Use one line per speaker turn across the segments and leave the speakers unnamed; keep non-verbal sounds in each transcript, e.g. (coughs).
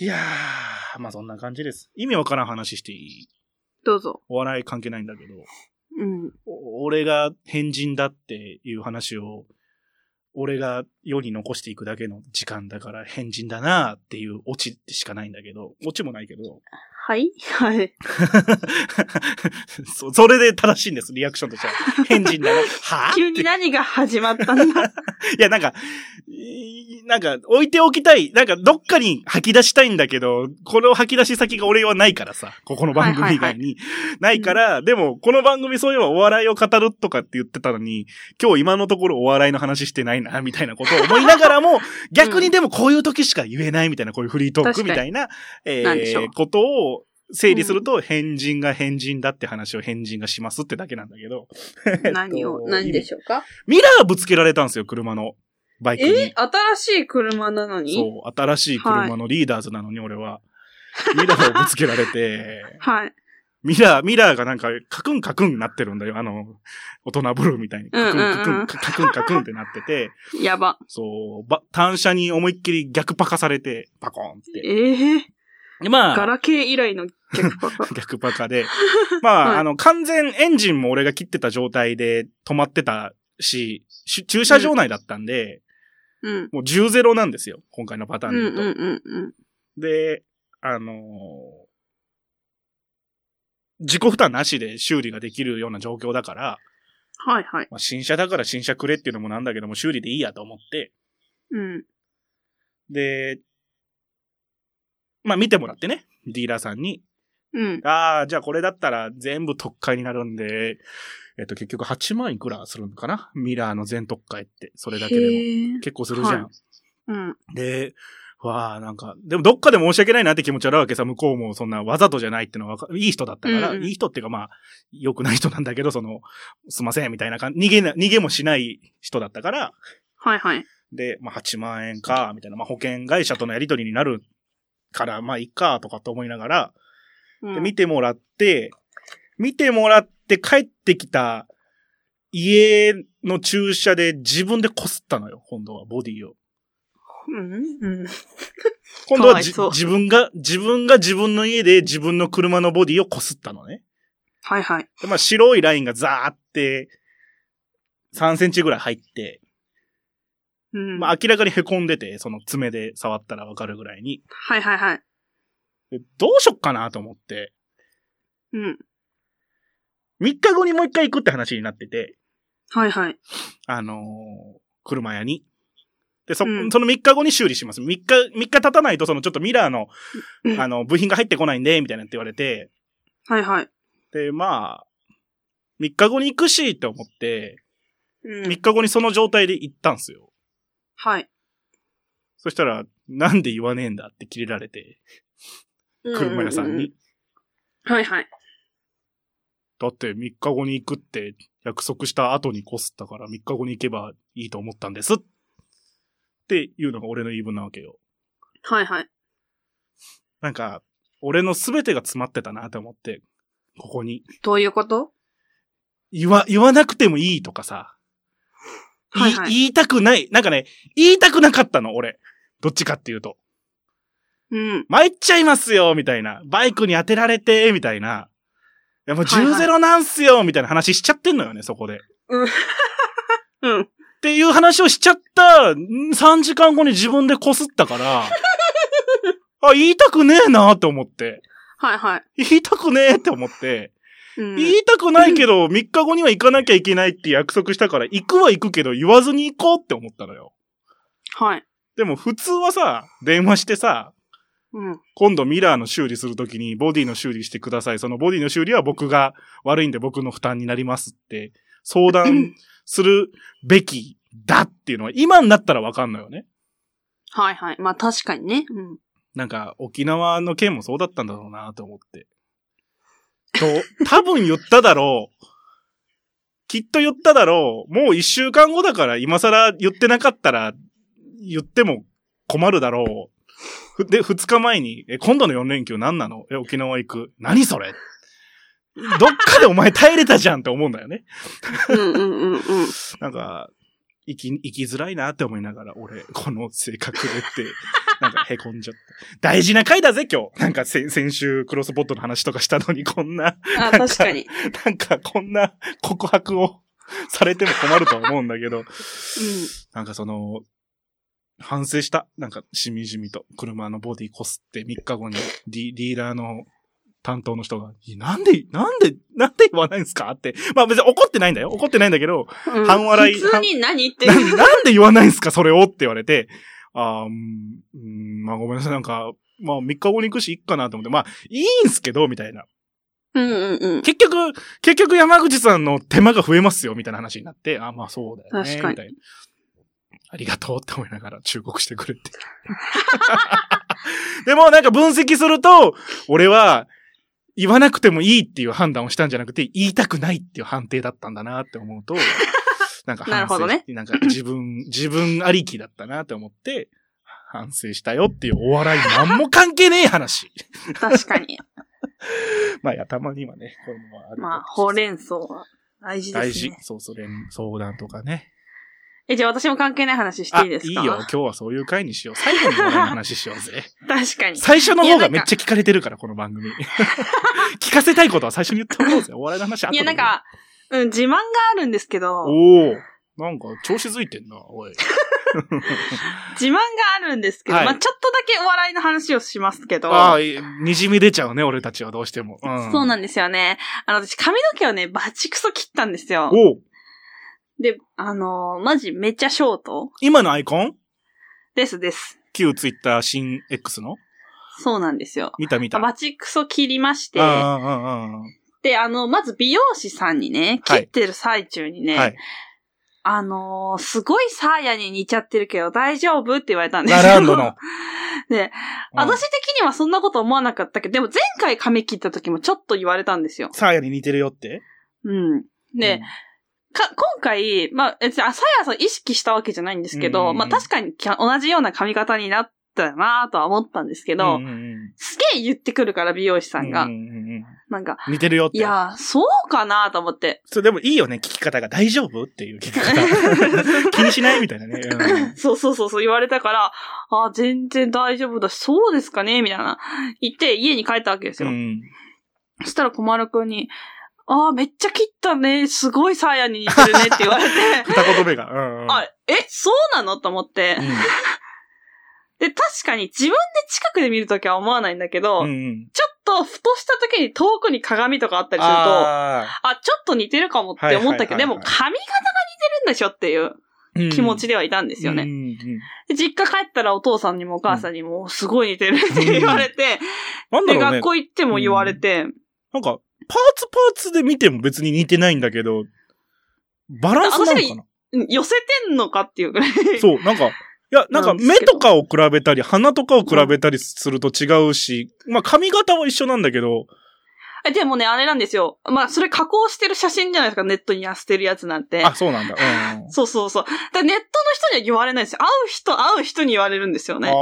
いやー、まあそんな感じです。意味わからん話していい
どうぞ。
お笑い関係ないんだけど、
うん。
お俺が変人だっていう話を、俺が世に残していくだけの時間だから変人だなっていうオチしかないんだけど、オチもないけど、 (laughs)
はい (laughs) はい。
そそれで正しいんです、リアクションとしては。変人だな。はぁ
急に何が始まったんだ。
いや、なんか、いなんか、置いておきたい。なんか、どっかに吐き出したいんだけど、この吐き出し先が俺はないからさ、ここの番組以外に。ないから、でも、この番組そういえばお笑いを語るとかって言ってたのに、今日今のところお笑いの話してないな、みたいなことを思いながら
(laughs)
も、逆にでもこういう時しか言えないみたいな、こういうフリートークみたいな、え
なんでしょ
ー
う、
ことを、整理すると、変人が変人だって話を変人がしますってだけなんだけど。
何
(laughs)
を、
えっと
何でしょうか
ミラーぶつけられたんですよ、車の。バイクに。
え新しい車なのに
そう、新しい車のリーダーズなのに俺は、ミラーをぶつけられて、
(laughs) はい。
ミラー、ミラーがなんか、カクンカクンなってるんだよ。あの、大人ブルーみたいに。カクンカク
うんうんう
ン、
ん
カカクンカクンってなってて、
やば。
そう、ば、単車に思いっきり逆パカされて、パコーンって。
ええ
でま
ガ
あ、。
ラケー以来の逆パカ
(laughs) 逆パカで。まあ、
(laughs) はい
あの、完全エンジンも俺が切ってた状態で止まってたし、し駐車場内だったんで、
うん。
もう10-0なんですよ。今回のパター
う
ン
ん
で
う
言
ん
うと。
うんうん。
で、あのー自己負担なしで修理ができるような状況だから、
はいはい。
まあ、新車だから新車くれっていうのもなんだけども、修理でいいやと思って、
うん。
で、まあ見てもらってね、ディーラーさんに、
うん。
ああ、じゃあこれだったら全部特価になるんで、えっと結局8万いくらするのかなミラーの全特価って、それだけでも。
へえ。
結構するじゃん。
はうん。
で、わあ、なんか、でもどっかで申し訳ないなって気持ちあるわけさ、向こうもそんなわざとじゃないってのはわかいい人だったから、
うんうん
いい人っていうかまあ、良くない人なんだけど、その、すいません、みたいな感じ、逃げな、逃げもしない人だったから、
はいはい。
で、まあ8万円か、みたいな、まあ保険会社とのやり取りになるから、まあいいか、とかと思いながら、
う
で
ん
見てもらって、見てもらって帰ってきた家の駐車で自分で擦ったのよ、今度はボディを。
うん。うん。
今度
かわ
はいじ
そう
自分が、自分が自分の家で自分の車のボディを擦ったのね。
はいはい。
でまあ白いラインがザーって、3センチぐらい入って、
うん。
まあ明らかに凹んでて、その爪で触ったらわかるぐらいに。
はいはいはい。
でどうしよっかなと思って、
うん。
3日後にもう一回行くって話になってて、
はいはい。
あのー車屋に。で、そ、
うん
その3日後に修理します。3日、3日経たないと、そのちょっとミラーの
う、ん
あの、部品が入ってこないんで、みたいなって言われて、
はいはい。
で、まあ、3日後に行くし、って思って、
う
3
ん。
日後にその状態で行ったんすよ。
はい。
そしたら、なんで言わねえんだって切れられて、車屋さ
うんうう
に。。
はいはい。
だって3日後に行くって約束した後にこすったから3日後に行けばいいと思ったんです。っていうのが俺の言い分なわけよ。
はいはい。
なんか、俺の全てが詰まってたなと思って、ここに。
どういうこと
言わ、言わなくてもいいとかさ。
はいはい
い言いたくない。なんかね、言いたくなかったの、俺。どっちかっていうと。
うん。
参っちゃいますよ、みたいな。バイクに当てられて、みたいな。いや、もう
はいはい
10-0なんすよ、みたいな話しちゃってんのよね、そこで。っ
うん。
ていう話をしちゃった、ん3時間後に自分でこすった
(laughs)
から、あ、言いたくねえなって思って。
はいはい。
言いたくねえって思って。
うん。
言いたくないけど、3日後には行かなきゃいけないって約束したから、行くは行くけど、言わずに行こうって思ったのよ。
はい。
でも普通はさ、電話してさ、
うん。
今度ミラーの修理するときにボディの修理してください。そのボディの修理は僕が悪いんで僕の負担になりますって相談するべきだっていうのは今になったらわかんのよね。
(coughs) はいはい。まあ確かにね。うん。
なんか沖縄の件もそうだったんだろうなと思って。と、 (laughs) 多分言っただろう。きっと言っただろう。もう一週間後だから今更言ってなかったら言っても困るだろう。ふで、二日前に、え、今度の4連休何なのえ、沖縄行く。何それどっかでお前耐えれたじゃんって思うんだよね。 (laughs)
うんうんうんうん。
なんか、生き、生きづらいなって思いながら、俺、この性格でって、なんか凹んじゃった。大事な回だぜ、今日。なんか先、先週、クロスボットの話とかしたのに、こんな、
あ、確かに。
なんか、こんな告白をされても困るとは思うんだけど、なんかその、反省した。なんか、しみじみと、車のボディこすって3日後に、ディディーラーの担当の人が、いなんで、なんで、なんで言わないんですかって。まあ別に怒ってないんだよ。怒ってないんだけど、
うん。
半笑い
普通に何って
な
いう。
なんで言わないんすか、それをって言われて。あーうんうん、まあごめんなさい、なんか、まあ3日後に行くし、いっかなと思って、まあ、いいんすけど、みたいな。
うんうんうん。
結局、結局山口さんの手間が増えますよ、みたいな話になって、あ、まあそうだよね、
確かに
みたいな。ありがとうって思いながら忠告してく
(laughs)
れて。でもなんか分析すると、俺は言わなくてもいいっていう判断をしたんじゃなくて、言いたくないっていう判定だったんだなって思う
(laughs)
と、なんか反省
なるほどね
なんか自
(laughs)
分、自分ありきだったなって思って、反省したよっていうお笑いなんも関係ねえ話。
確かに。
まあいや、たまにはね、こういうのはあると
まあ、ほうれん草は大事
大
です
事
ね。。
そう、それ、相談とかね。
え、じゃあ私も関係ない話していいですか
あ、いいよ。今。日はそういう回にしよう。最後に俺の話しよう
(laughs)
ぜ。
確かに。
最初の
い
方
やな
が
んか
めっちゃ聞かれてるから、この番組。聞かせたいことは最初に言っておこ
(laughs)
うぜ。お笑いの話あ
いや、なん、か、うん、自慢があるんですけど、
おおなんか、調子づいてんな、おい。
自慢があるんですけど、
はい
まあちょっとだけお笑いの話をしますけど、
ああ、いにじみ出ちゃうね、俺たちはどうしても。うん、
そうなんんですよね。あの、私髪の毛をね、バチクソ切ったんですよ。
おう
で、あのーマジめっちゃショート
今のアイコン
ですです。
旧ツイッター新 X の
そうなんですよ。
見た見た。
バチクソ切りまして、
ああ、ああ、あ
で、あの、まず美容師さんにね、
は
切
い
ってる最中にね、
あ。はい。
あのーすごいサーヤに似ちゃってるけど大丈夫って言われたんです
ラ
よ。
ランド
(laughs)
の。
で、
うん
私、的にはそんなこと思わなかったけど、でも前回髪切った時もちょっと言われたんですよ。
サーヤに似てるよって
うん。で、
うん
か、今回、まあ、別に、あ、さやさん意識したわけじゃないんですけ
うんうん
ど、
うん
まあ確かにきゃ同じような髪型になったなとは思ったんですけど、
うんうんうん
すげえ言ってくるから、美容師さんが。
ううんうんうん
なんか、
似てるよって。
いやー、そうかなと思って。
それでもいいよね、聞き方が大丈夫っていう聞き
(laughs)
方。気にしないみたいなね。うん
そうそうそうそう言われたから、あー全然大丈夫だし、そうですかねみたいな。言って、家に帰ったわけです
う
よ。
ん。
そしたら小丸くんに、ああ、めっちゃ切ったね。すごいサーヤに似てるねって言われて、
二言目が。うんうん。
(laughs) あ、え、そうなのと思って
うん。
で、確かに自分で近くで見るときは思わないんだけど、
うんうん。
ちょっとふとしたときに遠くに鏡とかあったりすると、あ
あ
ちょっと似てるかもって思っ
はいは
たけど、
いはいはい
でも髪型が似てるんでしょっていう
ー
気持ち
で
ではいたんですよね。
ね。
で実家帰ったらお父さんにもお母さんにも、すごい似てるって言われて、
なんだ
で、
ろうね
学。校行っても言われて、
なんか、パーツパーツで見ても別に似てないんだけど、バランスなのかな
うん寄せてんのかっていうぐらい。
そう、なんか、いや、なんか
なんです
目
けど
とかを比べたり、鼻とかを比べたりすると違うし、まあ髪型は一緒なんだけど、
え、でもね、あれなんですよ。まあ、それ加工してる写真じゃないですか、ネットに痩せてるやつなんて。
あ、そうなんだ。うん。
そうそうそう。だからネットの人には言われないですよ。会う人、会う人に言われるんですよね。
ああ。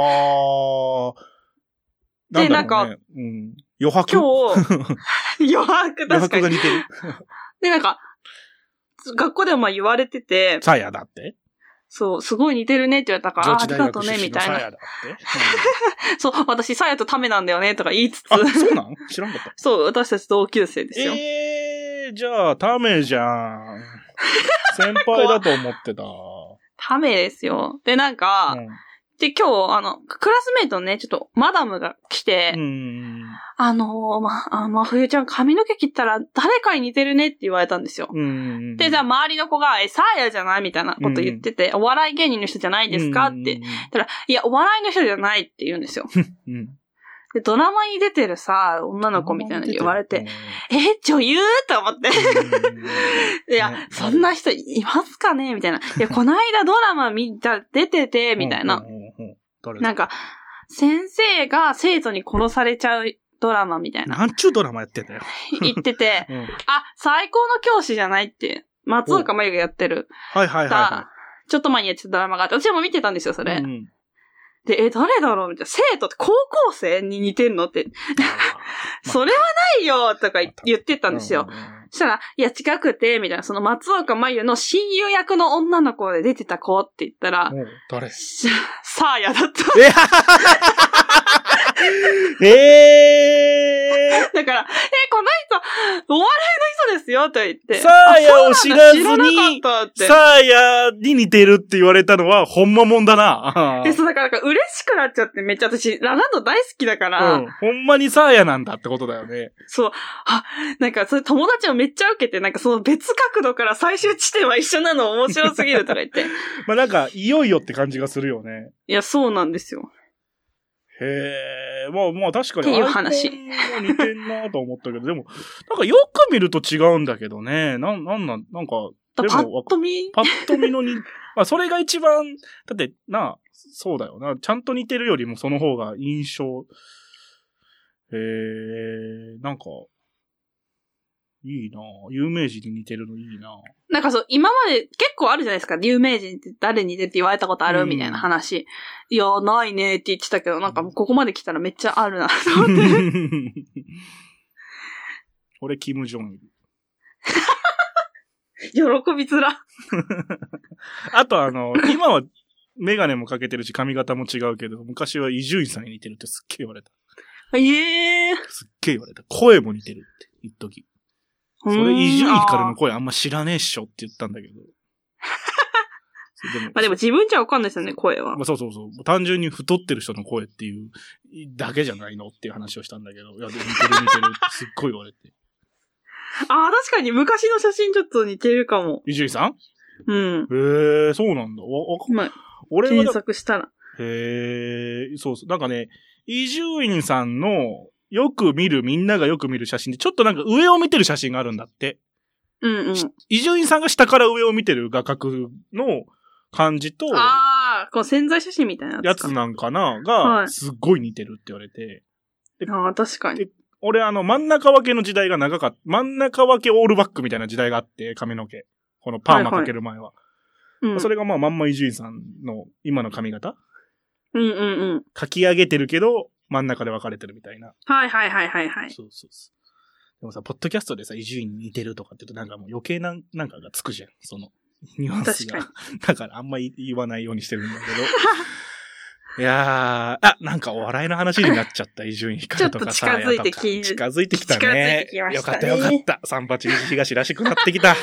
で
なんだろう
な
ね、うん。余白
今
(laughs)
日、
余
余白、確か
白が
に。
似てる。
で、なんか、学校でもまあ言われてて、
サヤだって
そう、すごい似てるねって言われたから、あありがとうね、
出
み
身の
たい
サ
な。
ヤだって。
(laughs) そう、私、さやとためなんだよね、とか言いつつ、
あ、そうなん知らんかった。
(laughs) そう、私たち同級生ですよ。
えー、じゃあ、タメじゃん。先輩だと思ってた。
ためですよ。で、なんか、で、今日、あの、クラスメイトのね、ちょっと、マダムが来て、
うん。
あのー、ま、あま冬ちゃん髪の毛切ったら誰かに似てるねって言われたんですよ。
うん。
で、じゃあ周りの子が、え、サーヤじゃないみたいなこと言ってて、お笑い芸人の人じゃないですかって。言ったら、いや、お笑いの人じゃないって言うんですよ。
うん。うん。
で、ドラマに出てるさ、女の子みたいなの言われて、え、女優と思って。いや、
ね
そんな人いますかねみたいな。い
(laughs)
や、こないだドラマ見た、出てて、
うん。
みたいな
う。ん。うんうんうん誰
なん
だ
か、先生が生徒に殺されちゃうドラマみ
(laughs)
たいな。
なんちゅうドラマやってんだよ。
言ってて、
うん
あ、最高の教師じゃないって、松岡真優がやってる、
はいはいはいは
ちょっと前にやってたドラマがあって、私も見てたんですよ、そ
い。
れ。
うん
で、え、誰だろうみたいな。生徒って高校生に似てんのって、
あー
それはないよとか言ってたんですよ。
うんうんうん
そしたら、いや、違くて、みたいな、その松岡真優の親友役の女の子で出てた子って言ったら、
うん
(laughs)
誰
しサーヤだった。
ええ
だから、え、この人、お笑いの人ですよ、と言って。
サーヤを
あそう
知
なんだ
らずに
知らなかった
ー、
って。
サーヤに似てるって言われたのは、ほんまもんだな。
で、そう、だから、なんか嬉しくなっちゃって、めっちゃ私、ラランド大好きだか
う
ら、
ん、ほんまにサーヤなんだってことだよね。
そう、あ、なんか、それ友達をめっちゃ受けて、なんかその別角度から最終地点は一緒なの面白すぎるとか言って。 (laughs)
まあなんか、いよいよって感じがするよね。
いや、そうなんですよ。
へえ、まあまあ確かに。
っていう話
似てんなと思ったけど、でも、なんかよく見ると違うんだけどね。なん、なんなん、なんか、
パ
でも
ッと見、
パッと見のに、 (laughs) まあそれが一番、だってな、そうだよな。ちゃんと似てるよりもその方が印象。えー、なんか、いいな有名人に似てるのいいな
なんかそう、今まで結構あるじゃないですか。有名人って誰に出て言われたことある、
うん
みたいな話。いや、ないねって言ってたけど、なんかもうここまで来たらめっちゃあるな、と思って。
(laughs) 俺、キム・ジョンイル。
(laughs) 喜びづら。
あとあの、今はメガネもかけてるし髪型も違うけど、昔は伊集院さんに似てるってすっげえ言われた。
ええー。
すっげえ言われた。声も似てるって、一時。それ伊集院光の
あー
声あんま知らねえっしょって言ったんだけ
(laughs)
ど。そうでも
まあでも自分じゃわかんないですよね、声は
ま。あそうそうそう。単純に太ってる人の声っていうだけじゃないのっていう話をしたんだけど、いや、でも似てる似てるってすっごい言われて。
ああ、確かに昔の写真ちょっと似てるかも。
伊集院さん
うん。
へえー、そうなんだ。わわか
まあ、
俺はだ
検索したら。
へえ、そうそう。なんかね、伊集院さんのよく見る、みんながよく見る写真で、ちょっとなんか上を見てる写真があるんだって。
うんうん。
伊集院さんが下から上を見てる画角の感じと、
ああ、この潜在写真みたいな
や
か
つなんかな
は
が、
い
すっごい似てるって言われて、
ああ、確かに。
俺あの真ん中分けの時代が長かった、真ん中分けオールバックみたいな時代があって、髪の毛。このパーマかける前は。
うん。
それがまあまんま伊集院さんの今の髪型
うんうんうん。
書き上げてるけど、真ん中で分かれてるみたいな。
はいはいはいはいはい。
そうそうそう。でもさ、ポッドキャストでさ、伊集院に似てるとかって言うと、なんかもう余計な、なんかがつくじゃん。そ
(laughs)
の、ニュアンスが。だからあんまり言わないようにしてるんだけど。いやー、あ、なんかお笑いの話になっちゃった、伊集院光とか
ち
さ
ょっと近づいてき
やとか近づいてきたね。
近づいてきましたね
よかったよかった。三八西東らしくなってきた。